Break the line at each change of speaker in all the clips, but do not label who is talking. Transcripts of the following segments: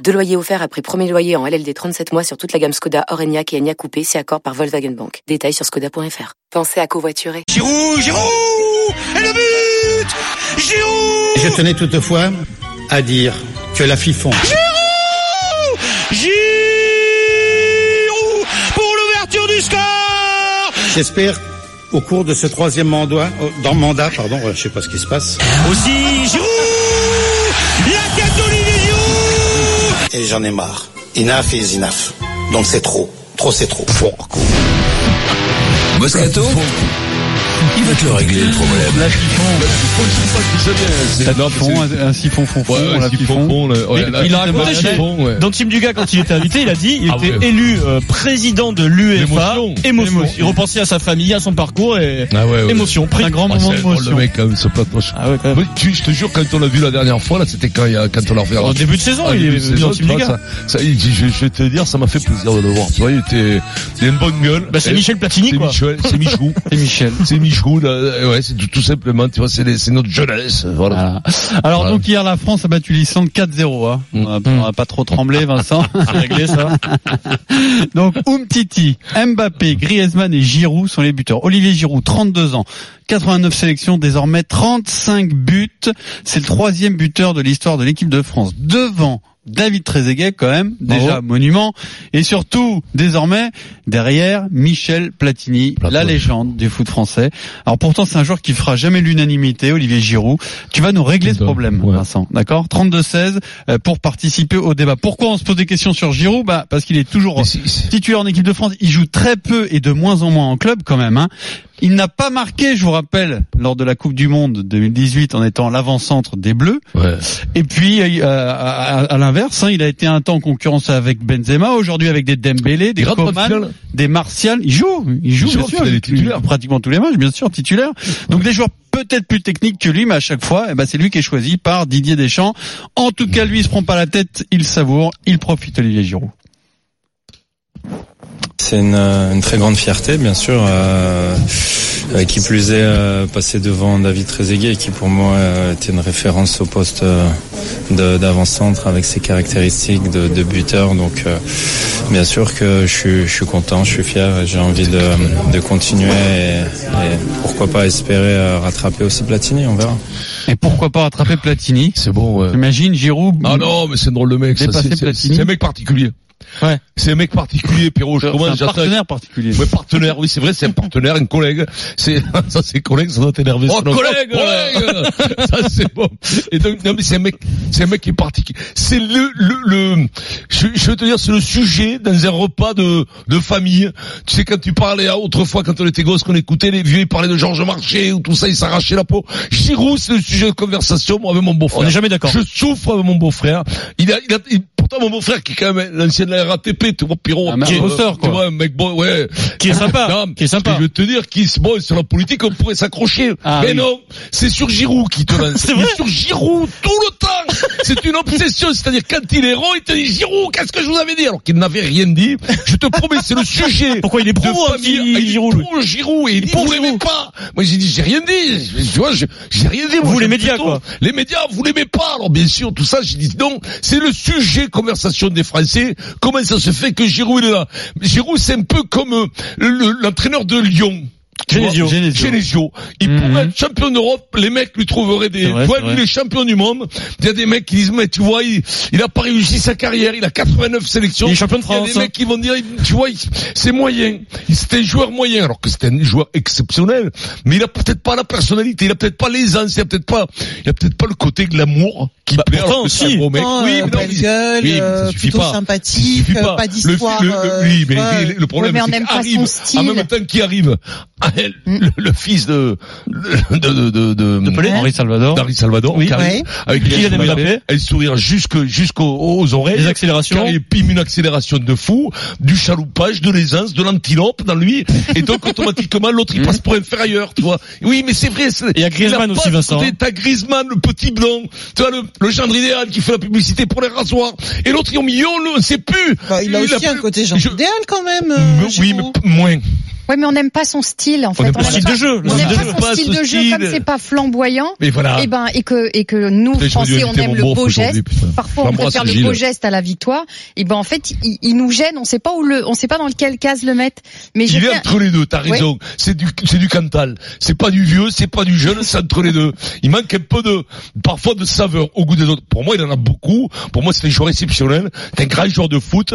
Deux loyers offerts après premier loyer en LLD 37 mois sur toute la gamme Skoda, Orenia et Enya Coupé, si accord par Volkswagen Bank. Détails sur skoda.fr. Pensez à covoiturer.
Giroud, Giroud Et le but Giroud
Je tenais toutefois à dire que la Fifon.
Giroud Giroud Pour l'ouverture du score
J'espère, au cours de ce troisième mandat, euh, dans mandat, pardon, euh, je sais pas ce qui se passe.
Aussi Giroud La tête d'Olivier Giroud
et j'en ai marre. Inaf et Zinaf. Donc c'est trop. Trop c'est trop. Fort.
Moscato Il va te le régler le problème.
La chiffon.
C'est
Un
fond, un, un siphon fond fond,
Ouais,
on
un
l'a
siphon
fond.
fond, Oh le- ouais,
Il, il
la-
a
la
raconté
marche
chez-
fond, ouais.
dans Team Dugas quand il était invité, il a dit, il
Ah
était
ouais.
élu euh, président de l'UEFA.
L'émotion. L'émotion.
Il repensait à sa famille, à son parcours et
Ah ouais, ouais.
émotion. Pré-
Un grand
Ah,
moment
c'est drôle,
d'émotion.
Le mec, quand même, ce plateau.
Ah ouais, quand même.
Oui, tu- je te jure, quand on l'a vu la dernière fois, là, c'était quand, il y a- quand on l'a
En
revu.
début de saison,
Ah,
il est
début de
venu
saison,
dans Team
tu vois,
Dugas.
ça, ça, il- je, je vais te dire, ça m'a fait plaisir de le voir. Tu vois, il était, il a une bonne gueule.
Bah, c'est
Et-
Michel Platini,
c'est
quoi.
Michel, c'est Michou.
Et Michel.
C'est Michou, là, euh, ouais, c'est tout, tout simplement, tu vois, c'est les- c'est notre jeunesse, voilà.
Voilà. Alors
Voilà.
donc hier la France a battu l'Islande 4-0. Hein. On a- On n'a pas trop tremblé Vincent.
Mm. C'est réglé, ça.
donc Umtiti, Mbappé, Griezmann et Giroud sont les buteurs. Olivier Giroud, 32 ans, 89 sélections, désormais 35 buts. C'est le troisième buteur de l'histoire de l'équipe de France. Devant David Trezeguet quand même, déjà monument. Et surtout, désormais, derrière Michel Platini,
Platini.
la légende du foot français. Alors pourtant c'est un joueur qui fera jamais l'unanimité, Olivier Giroud. Tu vas nous régler ce
Ouais.
problème, Vincent. D'accord 32-16 euh, pour participer au débat. Pourquoi on se pose des questions sur Giroud Bah parce qu'il est toujours
Mais c'est- c'est-
titulaire en équipe de France. Il joue très peu et de moins en moins en club quand même. Hein. Il n'a pas marqué, je vous rappelle, lors de la Coupe du Monde 2018 en étant l'avant-centre des Bleus.
ouais.
Et puis euh, à, à- à l'inverse, hein, il a été un temps en concurrence avec Benzema, aujourd'hui avec des Dembélé, des
Il rate pas de
Coman,
finale.
des Martial, il joue, il joue,
Il joue,
bien
au
sûr,
final, il est
il-
titulaire.
il- pratiquement tous les matchs, bien sûr, titulaire. Donc des joueurs peut-être plus techniques que lui, mais à chaque fois, eh ben, c'est lui qui est choisi par Didier Deschamps. En tout cas, lui, il se prend pas la tête, il savoure, il profite Olivier Giroud.
C'est une, euh, une très grande fierté, bien sûr. euh, euh, qui plus est, euh, passer devant David Trezeguet, qui pour moi euh, était une référence au poste euh, de- d'avant-centre avec ses caractéristiques de, de buteur. Donc, euh, bien sûr que je suis, je suis content, je suis fier. et J'ai envie de, de continuer et, et pourquoi pas espérer euh, rattraper aussi Platini. On verra.
Et pourquoi pas rattraper Platini
C'est bon, ouais.
Euh. Imagine Giroud.
Ah non, mais c'est un drôle de mec, ça,
Dépasser
c'est- c'est
Platini.
c'est un mec particulier.
Ouais.
C'est un mec particulier, Pierrot, je
c'est
commence,
un
j'attaque.
partenaire particulier.
Ouais, partenaire, oui, c'est vrai, c'est un partenaire, un collègue. C'est, ça, c'est collègue, ça doit t'énerver.
Oh,
ce nom.
collègue,
Collègue Ça, c'est bon. Et donc, non, mais c'est un mec, c'est un mec qui est particulier. C'est le, le, le, je, je veux te dire, c'est le sujet dans un repas de, de famille. Tu sais, quand tu parlais, à autrefois, quand on était gosse, qu'on écoutait les vieux, ils parlaient de Georges Marchais ou tout ça, ils s'arrachaient la peau. Giroud, c'est le sujet de conversation, moi, avec mon beau-frère.
On n'est jamais d'accord.
Je souffre avec mon beau-frère. Il a, il a, il- pourtant, mon beau-frère, qui est quand même l'ancien de la RATP, tu vois, Pierrot.
Ah, mais un
qui est-
bosseur, quoi.
Tu vois, un mec bon, ouais.
Qui est sympa.
Non,
Qui est sympa.
ce que Je veux te dire qu'il se bon, sur la politique, on pourrait s'accrocher.
Ah,
mais
oui.
non, c'est sur Giroud qui te lance.
C'est vrai
Il est sur Giroud tout le temps. C'est une obsession. C'est-à-dire, quand il est rond, il te dit Giroud, qu'est-ce que je vous avais dit Alors qu'il n'avait rien dit. Je te promets, c'est le sujet.
Pourquoi il est
de
pro, hein,
famille.
petit
Ah, il est
Giroud, lui.
pro Giroud et il dit,
pour
vous
Giroud.
l'aimez pas. Moi, j'ai dit, j'ai rien dit. Je- Tu vois, je- j'ai rien dit. Moi,
Vous, les
j'aime
médias,
plutôt-
quoi.
Les médias, vous l'aimez pas. Alors, bien sûr, tout ça, j'ai dit non. C'est le sujet conversation des Français. Comment ça se fait que Giroud il est là Giroud, c'est un peu comme euh, le- l'entraîneur de Lyon. Tu vois,
Genesio. Genesio.
Genesio. Il
Mhm.
pourrait être champion d'Europe, les mecs lui trouveraient des...
C'est vrai,
Tu vois,
c'est vrai.
lui, il est champion du monde. Il y a des mecs qui disent, mais tu vois, il, il a pas réussi sa carrière, il a 89 sélections.
Il est champion de
Il y a
France,
des
hein.
mecs qui vont dire, tu vois, il- c'est moyen. Il- C'était un joueur moyen, alors que c'était un joueur exceptionnel. Mais il a peut-être pas la personnalité, il a peut-être pas l'aisance, il a peut-être pas, il a peut-être pas le côté de l'amour qui plaît.
Bah, pourtant,
alors que c'est
si.
un gros mec.
Non,
Oui,
euh,
mais non,
belle
il-
gueule,
oui, mais ça
euh,
suffit
plutôt
pas. Ça
sympathique,
suffit
euh, pas
Le-
d'histoire.
le- le-
euh,
oui,
tu
mais
vois.
mais le problème,
Ouais, mais
c'est
on n'aime
qu'il
pas
arrive.
son style. Mm.
En même temps, qui arrive le, le fils de de de de, de,
Henri Salvador.
d'Henri Salvador, qui arrive,
ouais.
avec
Kylian
Kylian
Mbappé.
Mbappé, et le sourire jusque jusqu'aux aux oreilles,
Les accélérations.
et pime une accélération de fou, du chaloupage, de l'aisance, de l'antilope dans lui, et donc automatiquement l'autre il passe pour un ferrailleur, tu vois. Oui, mais c'est vrai. c'est-
Mmh. Et il y a Griezmann
il a
aussi,
pas ce
Vincent. hein.
côté- T'as Griezmann, le petit blanc, tu vois le, le gendre idéal qui fait la publicité pour les rasoirs, et l'autre ils ont mis, on ne sait plus.
Bah, il a aussi un
plus-
côté
Je-
gentil idéal quand même.
Mais
euh,
oui, mais
Giroud.
p- moins.
Ouais, mais on n'aime pas son style, en fait.
n'aime pas
On
son
n'aime
style de jeu, le
On
style
n'aime
de
pas
jeu.
son
Pas
style
ce
de jeu, comme
style.
c'est pas flamboyant.
Mais voilà.
Et ben, et que, et que nous,
Putain, je me dis,
Français, on
évitez
aime
mon
le
bof
beau
aujourd'hui,
geste.
putain.
Parfois, on
J'embrasse
préfère
Gilles.
le beau geste à la victoire. Et ben, en fait, il, il nous gêne. On sait pas où le, on sait pas dans lequel case le mettre. Mais je
Il est
tiens-
entre les deux, t'as raison. C'est du, c'est du Cantal. C'est pas du vieux, c'est pas du jeune, c'est entre les deux. Il manque un peu de, parfois de saveur au goût des autres. Pour moi, il en a beaucoup. Pour moi, c'est un joueur exceptionnel. C'est un grand joueur de foot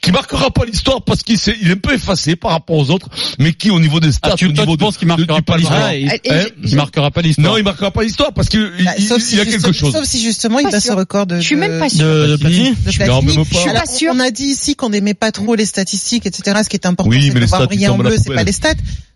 qui marquera pas l'histoire parce qu'il s'est- il est un peu effacé par rapport aux autres, mais qui, au niveau des stats,
Ah, tu,
au
toi,
niveau
tu
de,
penses qu'il
de- du
marquera pas l'histoire
palmarès,
Et- Ah, et
hein,
je-
Il marquera pas l'histoire.
non, il marquera pas l'histoire parce qu'il il,
Bah, sauf si
il a
justement-
quelque chose.
Sauf si justement il
Pas
bat
sûr.
ce record de.
je suis même pas
de-
sûre.
de, de Platini.
de
suis- non,
Platini.
même pas.
Je suis
Alors,
pas sûre.
On a dit ici qu'on n'aimait pas trop les statistiques, etc. Ce qui est important,
Oui, mais
c'est
les
qu'on
stats,
va
ils
briller en
tombent à la
bleu, c'est pas
poubelle.
les stats.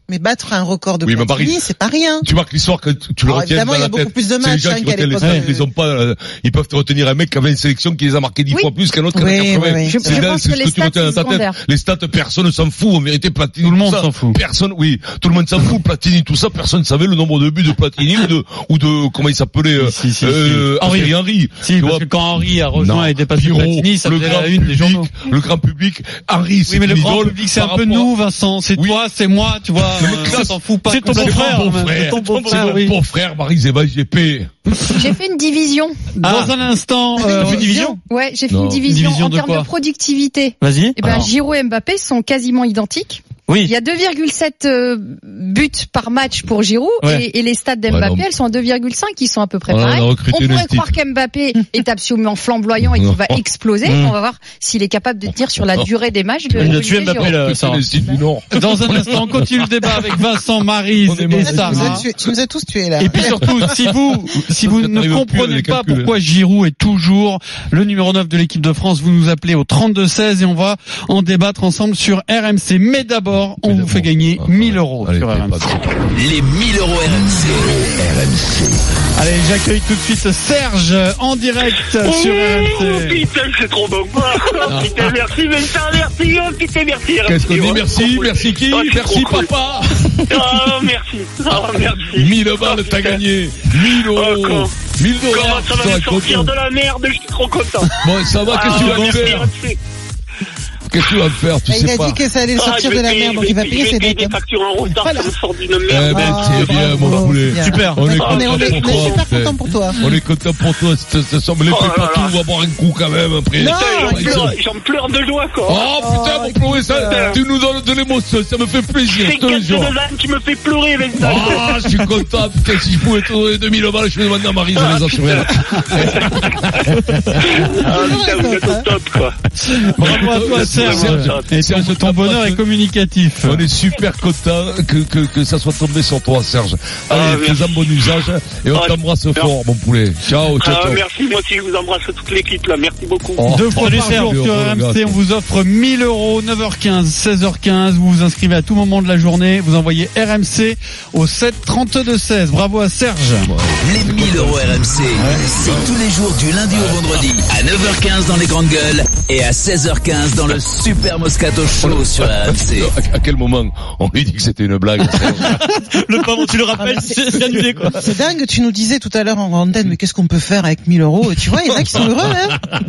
Mais battre un record de
Oui, mais Paris-
Platini, c'est pas rien.
Tu marques l'histoire que tu, tu le
Alors,
retiens
Ah, évidemment,
dans
il y
la
a beaucoup
tête.
plus de
C'est les
matchs,
gens
hein,
qui
qu'à
retiennent les
l'époque,
stats, ils les ont pas, euh, ils peuvent te retenir un mec qui avait une sélection qui les a marqués dix
Oui.
fois plus qu'un autre qui en a
Oui,
80.
oui, oui.
Je-
C'est
je
dingue,
pense
c'est
que
ce
les
tu
stats,
retiens dans
c'est
ta tête.
secondaire.
Les stats, personne ne s'en fout. En vérité, Platini,
Tout le monde
ça,
s'en fout.
Personne, oui, tout le monde s'en fout. Platini, tout ça, personne ne savait le nombre de buts de Platini ou de, ou de, comment il s'appelait, euh,
Si, si, si,
euh,
si.
Henri, Henri.
Si,
Tu
parce
vois,
que quand Henri a
Non.
rejoint et dépassé
Pirot,
Platini, ça
le
faisait
grand
la une des
public,
journaux.
le grand public, Henri, c'est
Oui, mais le
une
grand
idole
public, c'est
par
un peu
rapport-
nous, Vincent. C'est
Oui.
toi, c'est moi, tu vois.
Non, mais
euh,
classe.
on s'en fout pas.
C'est ton
complètement.
beau-frère,
mon
mais-
beau-frère.
C'est ton beau-frère,
Mon
oui.
beau-frère, Marie Zéba, JP.
J'ai fait une division.
Dans un instant, euh,
Une
division.
Ouais, j'ai fait
Non.
une division,
Division
en
de
termes
quoi
de productivité.
Vas-y.
Eh ben, Eh Giroud et Mbappé sont quasiment identiques. Il
Oui.
y a 2,7 euh, buts par match pour Giroud
Ouais.
et, et les stats
Ouais,
d'Mbappé,
non.
elles sont à 2,5 qui sont à peu près
On en a
pareilles.
recruté
On
le
pourrait
type.
croire qu'Mbappé est absolument flamboyant et qu'il va exploser.
Mm.
On va voir s'il est capable de tenir sur la durée des matchs. De
Il a
Olivier
tué Mbappé,
Giroud.
là,
C'est
Sarah.
les styles du Nord.
Dans un instant, on continue le débat avec Vincent, Marise
On est
et
mort.
Tu nous as
Sarah.
tués- tu nous as tous tués là.
Et puis surtout, si vous, si vous
Ça
ne
t'arrive plus,
comprenez
les
pas
calculs.
pourquoi Giroud est toujours le numéro 9 de l'équipe de France, vous nous appelez au 32-16 et on va en débattre ensemble sur RMC. Mais d'abord, on
Mais
vous
d'abord.
fait gagner
Ah,
1000 euros
Allez,
sur
fais
RMC.
pas de-
Les 1000 euros RMC.
Allez, j'accueille tout de suite Serge en direct sur RMC.
Oh, Putain, c'est trop bon. Oh, Putain, merci, Vincent, merci, oh, putain, merci.
Ah. Qu'est-ce qu'on dit Merci, merci qui
Oh, c'est
Merci
trop cool.
papa
Oh, merci. Oh, merci.
1000 Ah, balles, t'as gagné 1000
Oh,
euros
con.
1000
Comment
dollars
ça va
t'aurais
me sortir
content.
de la merde Je suis trop content.
Bon, ça va, qu'est-ce que tu
Ah,
vas
merci,
faire
merci.
Qu'est-ce que tu vas faire Tu
Et Bah, Il
sais
a
pas
dit que ça allait le
Ah, je
sortir
vais
de la
payer-
merde, donc
je
il va
vais-
payer
je
ses
vais payer des
dettes.
factures en retard,
Voilà.
ça me sort d'une
Eh
merde.
ben,
Ah, bravo,
c'est bien, mon
bravo,
poulet
c'est bien. Ah,
Super.
On est
On est, on est-
content
on est
pour toi,
super
putain.
content pour toi.
On est content pour toi, ça ça semble les
Oh là
partout,
là.
on va boire un coup quand même après
Non,
Ouais,
Putain,
ils
J'en pleure,
sont-
j'en pleure de joie, quoi.
bah, Oh putain, mon Chloé,
Oh,
ça, tu nous donnes de l'émotion, ça me fait plaisir,
C'est
je te le
quatre
jure.
de l'âme qui me fait pleurer, Vincent.
Ah, je suis content, putain, si je pouvais te donner 2000 balles, je vais demander à Marie de les assurer.
Ah, putain, vous êtes au top, quoi.
Bravo à toi Serge. Et Serge, ton bonheur est communicatif.
On est super content que, que, que ça soit tombé sur toi, Serge.
Ah,
Allez,
merci.
fais-en bon usage et on
Ah,
t'embrasse
merci.
fort, mon poulet. Ciao, ciao,
Ah,
ciao.
merci, moi aussi, je vous embrasse toute l'équipe, là. Merci beaucoup.
Oh.
Deux fois
Salut,
par
Serge.
jour sur
Oh, le
RMC,
gars.
on vous offre 1000 euros, 9h15, 16h15. Vous vous inscrivez à tout moment de la journée. Vous envoyez RMC au 7 32 16. Bravo à Serge.
Les 1000 euros RMC, c'est tous les jours du lundi au vendredi, à 9h15 dans les grandes gueules et à 16h15 dans le Super Moscato Show sur RMC.
À, à quel moment on lui dit que c'était une blague Serge
Le pavot, tu le rappelles, c'est c'est annulé, quoi.
Ah, C'est dingue, tu nous disais tout à l'heure en antenne, mais qu'est-ce qu'on peut faire avec 1000 euros Et Tu vois, il y en a qui sont heureux, hein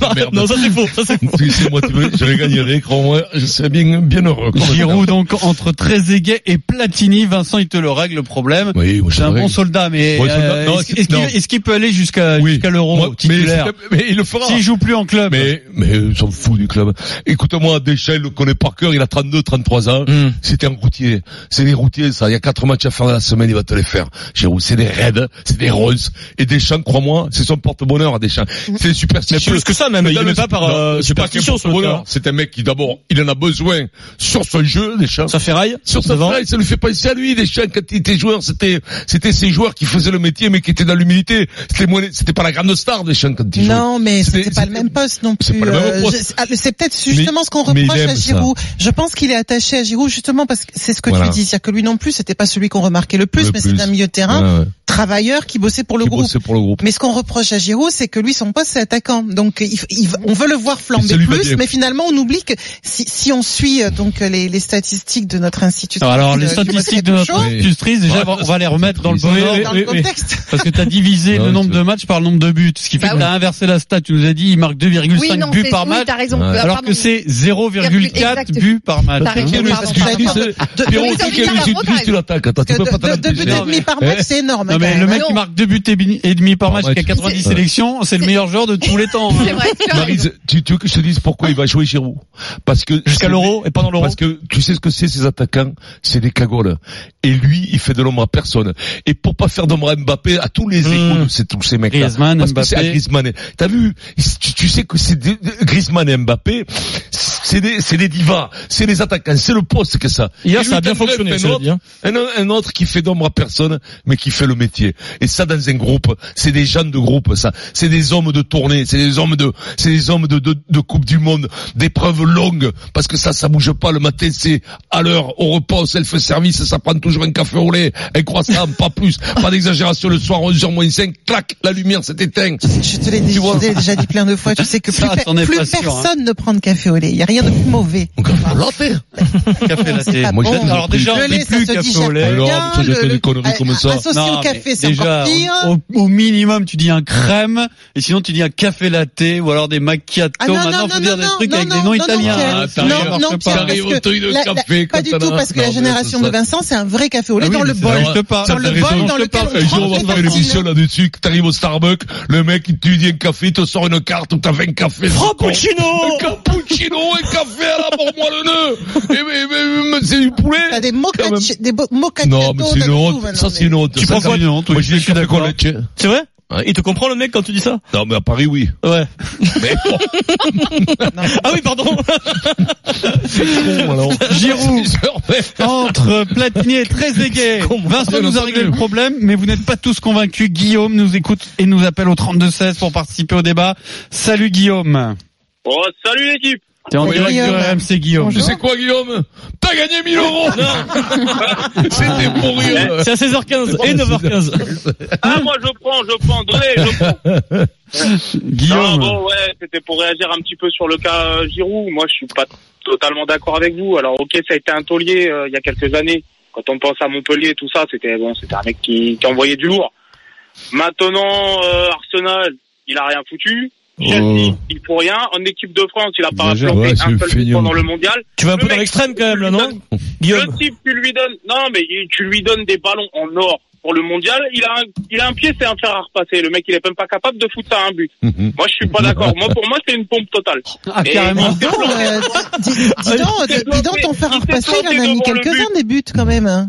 Ah, Merde.
Non, ça c'est faux, ça c'est faux.
Si c'est moi, tu veux, je les gagnerai, crois-moi, je serais bien, bien heureux. Comme
Giroud donc entre Trezeguet et Platini. Vincent, il te le règle le problème.
Oui, moi, je
C'est un
dirais.
bon soldat, mais
Bon soldat,
euh,
non,
est-ce
c'est-
est-ce qu'il
non.
est-ce qu'il peut aller jusqu'à
Oui.
jusqu'à
Moi,
l'euro
mais-
titulaire
Mais il le fera.
S'il joue plus en club.
Mais, mais on s'en fout du club. Écoute-moi, Deschamps, il le connaît par cœur, il a 32, 33 ans.
Hmm.
C'était un routier. C'est des routiers, ça. Il y a quatre matchs à faire dans la semaine, il va te les faire. Giroud, c'est des raids, c'est des Rolls. Et Deschamps, crois-moi, c'est son porte-bonheur, Deschamps. C'est
Hmm.
super
Mais plus que ça, même.
Mais
Il
dans
le met
le-
pas par, euh,
Non,
je
c'est
sais pas
pas
qui
qu'un
sur le
porte-bonheur.
bonheur.
C'est un mec qui, d'abord, il en a besoin sur son jeu, Deschamps.
Ça fait rail.
Sur sa
devant.
taille, ça lui fait penser à lui. Deschamps, quand il était joueur, c'était, c'était ces joueurs qui faisaient le métier, mais qui étaient dans l'humilité. C'était moins, c'était pas la grande star, Deschamps, quand il jouait.
Non, mais
C'était-
c'était pas le
c'était-
même poste non
c'est
plus.
pas le même
Euh,
poste.
je- ah, mais C'est peut-être justement
Mais-
ce qu'on
mais il
reproche
aime
à
ça.
Giroud. Je pense qu'il est attaché à Giroud justement parce que c'est ce que
Voilà.
tu dis, c'est-à-dire que lui non plus, c'était pas celui qu'on remarquait le plus,
Le
mais
plus.
c'était un milieu de terrain
Ouais, ouais.
travailleur qui bossait pour le
Qui
groupe.
bossait pour le groupe.
Mais ce qu'on reproche à Giroud, c'est que lui son poste c'est attaquant. Donc il- il- on veut le voir
ça
flamber
lui va
plus,
bien.
mais finalement on oublie que si, si on suit euh, donc les, les statistiques de notre institut.
Alors,
qui-
les
qui bosse
statistiques de
quelque chose,
notre institutrice, déjà, on va les remettre dans le bon
Oui,
ordre.
dans le contexte.
Parce que t'as divisé le nombre de matchs par le nombre de buts, ce qui fait
Bah
que
oui.
t'as inversé la stat. Tu nous as dit, il marque 2,5
Oui, non,
buts
c'est-
par
oui,
match.
t'as raison. Euh,
Alors
pardon.
que c'est
Exact.
0,4 buts par match.
T'as raison, pardon, pardon, pardon.
De-
Pierrot,
oui,
dès
ça,
qu'il y a
oui,
une
t'as
chute,
raison,
tu l'attaques. Attends, tu
Parce
peux
que deux-
pas
deux
t'adapter.
buts et demi par match, c'est énorme.
Non,
quand
mais
même.
le mec
Non.
qui marque 2 buts et demi- et demi par
Par
match, qui a
match.
90
C'est-
sélections, c'est le meilleur joueur de tous les temps. hein.
C'est vrai, tu as raison.
Marise, tu, tu veux que je te dise pourquoi il va jouer Giroud Parce que
Jusqu'à l'Euro et pendant l'Euro.
Parce que tu sais ce que c'est ces attaquants, c'est des cagoles. Et lui, il fait de l'ombre à personne. Et pour pas faire d'ombre à Mbappé, à tous
Hmm.
les échos de ces- tous ces mecs-là.
Griezmann,
parce que c'est à
Mbappé.
Griezmann. et- T'as vu tu, tu sais que c'est des- Griezmann et Mbappé, c'est des, c'est des divas, c'est des attaquants, c'est le poste que ça.
Hier,
Et lui,
ça a bien
t'as vu
fonctionné,
Un,
cela dit,
autre,
hein.
un, un autre qui fait d'ombre à personne, mais qui fait le métier. Et ça dans un groupe, c'est des gens de groupe, ça. C'est des hommes de tournée, c'est des hommes de, c'est des hommes de, de, de Coupe du Monde, d'épreuves longues, parce que ça, ça bouge pas le matin, c'est à l'heure, au repas, au self-service, ça prend toujours un café au lait, un croissant, pas plus, pas d'exagération, le soir, 11h moins 5, clac, la lumière s'est éteinte.
Je te l'ai dit- je te l'ai déjà dit plein de fois. Tu sais que plus,
Ça,
pe-
t'en es
plus
pas sûr, hein.
personne ne prend de café au lait. Il y a rien de plus mauvais.
Café latte.
c'est pas
Moi,
bon.
j'aime
Alors déjà,
Le
on
lait,
n'est
ça
plus
se
café
digère
au lait.
pas
Alors,
bien,
putain, j'ai
le-
fait des
le-
conneries comme ça.
Associé
Non,
au
mais
café, c'est
déjà,
encore pire.
Au, au minimum, tu dis un crème, et sinon tu dis un café latte, ou alors des macchiato.
Ah non, non,
Maintenant,
non,
faut
non,
dire des
non,
trucs
non,
avec des
non,
noms
non,
italiens.
Pierre.
hein, ça
Non,
marche
non, Pierre,
pas. Ça
parce
arrive.
au
que
truc de
la- la-
café,
Pas
quand
du
t'en
tout,
as-
parce que la
Non,
génération
mais
de
ça-
Vincent, c'est un vrai café au lait
Ah oui,
dans le
mais
bol.
c'est
Je te parle.
Dans le
T'as raison,
bol dans
je te
lequel
parle.
on
Un jour,
prend
on va
des
faire une
cafés.
émission là-dessus, que t'arrives au Starbucks, le mec, il te dit un café, il te sort une carte où t'as 20 cafés.
Frappuccino
Oh.
Un cappuccino, un café à la mort, moi le nœud! Et mais, mais, mais, c'est du poulet!
T'as des
Quand même.
mocacci- des bo- mocacciatos.
Non, mais c'est
t'as
une
de tout
honte.
maintenant,
Ça, c'est une honte.
Tu
Ça,
prends quoi
c'est-
une honte,
Moi,
oui,
je
je suis
suis
d'accord.
d'accord là-dessus.
C'est vrai Il te comprend le mec quand tu dis ça
Non, mais à Paris, oui.
Ouais.
Mais bon,
Ah oui, pardon.
bon, alors.
Giroud. Entre Platini et Trezeguet.
Comment
Vincent
bien
nous a
entendu.
réglé le problème, mais vous n'êtes pas tous convaincus. Guillaume nous écoute et nous appelle au 32-16 pour participer au débat. Salut Guillaume.
Oh, salut l'équipe
T'es en
Salut,
direct
Guillaume.
de RMC Guillaume.
Tu sais quoi, Guillaume? T'as gagné 1000 euros! C'était pour
Eh,
rire.
C'est à 16h15 et 9h15.
Ah, moi je prends, je prends, donnez, je prends Non,
Guillaume.
bon, ouais, c'était pour réagir un petit peu sur le cas euh, Giroud. Moi, je suis pas totalement d'accord avec vous. Alors, ok, ça a été un taulier euh, il y a quelques années. Quand on pense à Montpellier, tout ça, c'était bon, c'était un mec qui, qui envoyait du lourd. Maintenant, euh, Arsenal, il a rien foutu. Chelsea, il faut rien. En équipe de France, il a pas
Exagère,
planté
ouais, c'est
un seul but
feignant.
pendant le mondial.
Tu vas un
Le
peu dans
mec,
l'extrême quand même là, non Guillaume
Le type, tu lui donnes, non, mais il- tu lui donnes des ballons en or pour le mondial. Il a un, il a un pied, c'est un fer à repasser. Le mec, il est même pas capable de foutre ça à un but.
Mhm.
Moi, je suis pas d'accord. Moi, pour moi, c'est une pompe totale.
Oh, bah,
Ah,
Et
carrément.
il s'est
Non,
planté-
euh, dis, dis donc, euh,
Il s'est
dis donc, ton fer à
planté
repasser, il en a
devant
mis
le
quelques-uns des buts quand même. hein.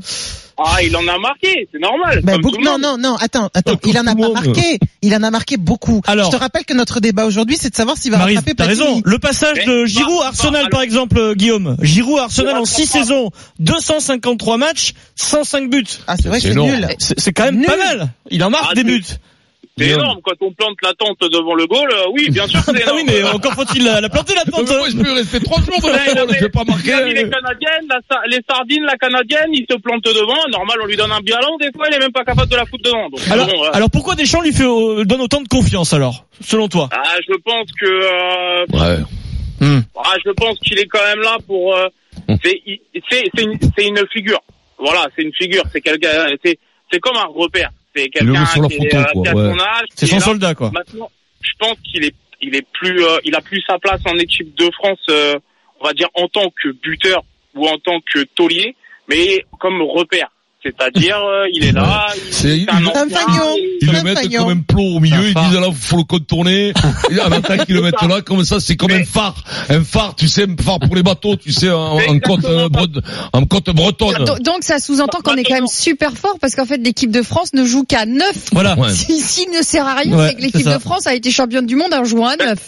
Ah, il en a marqué, c'est normal.
Bah,
Ben,
comme
beaucoup-
tout le
non,
monde.
non, non, attends, attends,
Comme
il en a
tout le
pas
monde.
marqué, il en a marqué beaucoup.
Alors.
je te rappelle que notre débat aujourd'hui, c'est de savoir s'il va
Marise,
rattraper
Ah, t'as
Platini.
raison. Le passage de
Mais,
Giroud
bah,
à Arsenal,
bah,
par
alors-
exemple, euh, Guillaume. Giroud à Arsenal en 6
Je raconte
saisons, 253 matchs, 105 buts.
Ah, c'est vrai que
C'est
c'est
énorme.
nul.
C'est c'est quand même
Nul.
pas mal. Il en marque
Ah,
des
c'est-
buts.
C'est
Guillaume.
énorme. Quand on plante la tente devant le goal, euh, oui, bien sûr que c'est
Ah oui,
énorme.
mais encore faut-il la, la planter la
Non,
tente. hein.
mais moi, je peux rester trois jours dans
Ouais,
la
non,
salle,
mais-
je vais pas marquer.
Il a mis les Canadiennes, la sa- les sardines, la canadienne, il se plante devant. Normal, on lui donne un ballon. Des fois, il est même pas capable de la foutre devant. Donc,
Alors,
bon, voilà.
alors pourquoi Deschamps lui fait euh, donne autant de confiance alors, selon toi
Ah, je pense que euh,
Ouais.
ah, je pense qu'il est quand même là pour euh,
Hum.
c'est il- c'est c'est une, c'est une figure. Voilà, c'est une figure, c'est quelqu'un euh, c'est c'est comme un repère, c'est
le
quelqu'un
met sur la
qui, est,
photo,
euh,
quoi,
qui a
ouais.
son âge,
C'est
qui est
son
là.
soldat quoi.
Maintenant, je pense qu'il est il est plus euh, il a plus sa place en équipe de France euh, on va dire en tant que buteur ou en tant que taulier, mais comme repère. C'est-à-dire euh, il est là, il-
C'est-
c'est un
il-
Un
ancien,
fagnon.
il-
Ils le
Comme un
mettent
fagnon.
comme un plomb au milieu,
Un
ils
phare.
disent alors faut le contourner. Et en attaque, ils le mettent là, comme ça, c'est comme un phare. Un phare, tu sais, un phare pour les bateaux, tu sais, en,
C'est
en côte, euh,
exactement
bret- en côte bretonne.
Do- Donc ça sous-entend qu'on est quand même super fort parce qu'en fait l'équipe de France ne joue qu'à 9.
Voilà.
Ouais.
Si- S'il ne sert à rien,
Ouais,
c'est que l'équipe
c'est ça.
de France a été championne du monde en jouant à 9.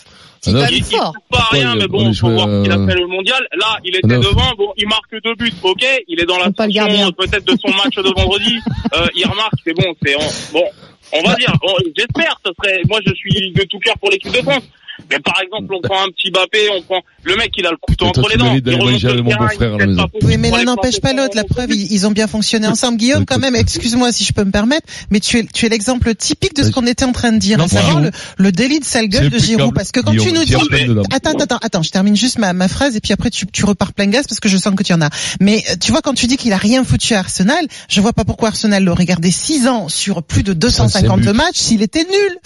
C'est
À
quand
neuf.
même
Il, il
fort.
trouve pas
Pourquoi
rien,
il-
mais
on
bon,
est
faut
joué,
voir
euh,
qu'il a fait le mondial. Là, il était
neuf.
devant, bon, il marque deux buts, ok, il est dans la
Faut pas le
tension,
garder, hein.
euh, peut-être de son match de vendredi, Euh, il remarque, c'est bon, c'est, on, bon, on va dire, on- j'espère, ça serait, moi je suis de tout cœur pour l'équipe de France, Mais par exemple, on prend un petit Bappé, on prend le mec, il a le couteau
Toi,
entre les
tu
dents.
m'as dit d'aller
il remonte
manger
le
avec mon
terrain,
beau-frère
il
à la
fait
maison.
pas
Oui, mais
pour
l'un
les
n'empêche pas l'autre. La preuve, ils ils ont bien fonctionné ensemble. Guillaume, quand même, excuse-moi si je peux me permettre, mais tu es, tu es l'exemple typique de ce qu'on était en train de dire,
Non,
à savoir
Giroud.
le, le délit de sale gueule
C'est
de Giroud.
impeccable,
Parce que quand
Guillaume,
tu nous
tu
dis,
as plein de lames.
attends, attends, attends, attends, je termine juste ma, ma phrase et puis après tu, tu repars plein gaz parce que je sens que tu en as. Mais euh, tu vois, quand tu dis qu'il a rien foutu à Arsenal, je vois pas pourquoi Arsenal l'aurait gardé 6 ans sur plus
Ah,
de 250
buts.
matchs s'il était nul.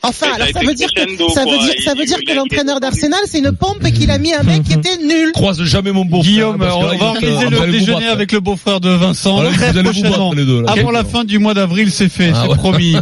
Enfin,
Mais ça
alors
a
ça
été
veut dire que
crescendo,
ça veut
quoi.
dire ça
Il-
veut dire
il-
que
il-
l'entraîneur d'Arsenal c'est une pompe et qu'il a mis un mec qui était nul.
Croise jamais mon beau-frère.
Guillaume,
parce que
Euh, on
là,
va
il- vous
organiser
allez
le
vous
déjeuner
battre.
avec le beau-frère de Vincent.
Voilà, vous
très
allez vous battre,
prochainement.
les deux, là.
Avant
Ok.
Ah, la fin du mois d'avril, c'est fait,
Ah
c'est
ouais.
promis.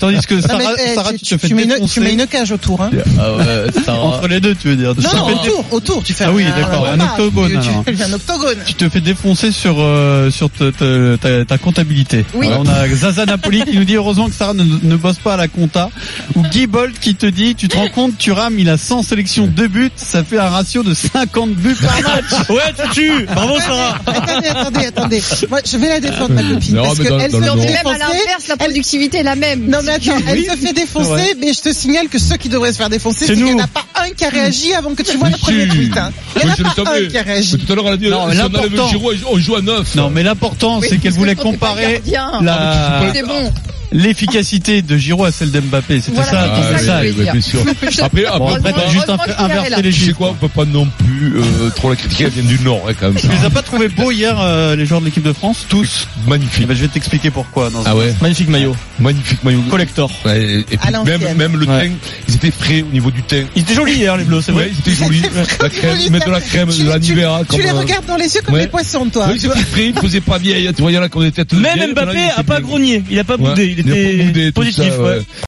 Tandis que
Non, mais,
Sarah,
eh,
Sarah,
tu,
tu te
tu
fais
mets une, tu
défoncer.
mets une cage autour, hein.
Ah ouais,
Entre les deux, tu veux dire.
Non, non, autour, autour, tu fais
Ah oui,
un-
d'accord, un
repas,
octogone,
tu-
alors.
Tu, fais un octogone.
Tu te fais défoncer sur euh, sur te- te- ta, ta comptabilité.
Oui.
Voilà, on a Zaza Napoli qui nous dit heureusement que Sarah ne, ne bosse pas à la compta. Ou Guy Bolt qui te dit tu te rends compte Thuram il a 100 sélections, 2 buts, ça fait un ratio de 50 buts par match.
Ouais, tu tues. Bravo Sarah.
Attendez, attendez, attendez. Moi, je vais la défendre, ma copine.
Non,
parce
mais dans-
qu'elle
dans
se
le
fait
nom.
Même à
défoncer.
l'inverse, la productivité est la même.
Non, mais attends, elle se fait
C'est vrai.
défoncer, mais je te signale que ceux qui devraient se faire défoncer,
C'est
c'est qu'il n'y
nous.
en a pas un qui a réagi avant que tu vois
Mais
le premier
si.
tweet. hein. Il n'y en
Mais je le
a pas
savais.
un qui a
Mais
réagi.
tout à l'heure, elle a dit, euh,
Non, mais
si on enlève
l'important-
Giroud, on joue à 9.
Non mais l'important c'est qu'elle voulait comparer
Ah,
la-
C'est bon.
l'efficacité de Giroud à celle d'Mbappé. C'était
Ah,
Voilà,
ça,
c'est
c'était
ça que
ça.
je voulais dire.
bien sûr. Après, après,
Bon, après,
on peut
t'as
pas-
juste un
heureusement
peu
qu'il est
inversé
là.
les
tu sais
chiffres.
quoi, on peut pas non plus euh, trop la critiquer, elle vient du Nord, hein, quand même.
Tu les as pas trouvés beaux hier, euh, les joueurs de l'équipe de France Tous
Magnifique.
Eh ben, Je vais t'expliquer pourquoi. Dans un
Ah ouais
Magnifique maillot.
Magnifique maillot.
Collector.
Ouais, et- et puis
À l'ancienne.
même, même le
Ouais.
teint, ils étaient frais au niveau du teint.
Ils étaient jolis hier hein, les bleus, c'est
Ouais,
vrai.
ils étaient jolis. La crème, ils mettent de la crème,
Tu
de la
les- tu-
Nivea.
Tu
comme,
les
euh,
regardes dans les yeux comme
ouais.
des poissons, toi.
Oui, ils étaient frais, ils ne faisaient pas vieille. Tu voyais là qu'on était têtes
Même Mbappé a pas grogné, il a pas boudé, il était positif. ouais.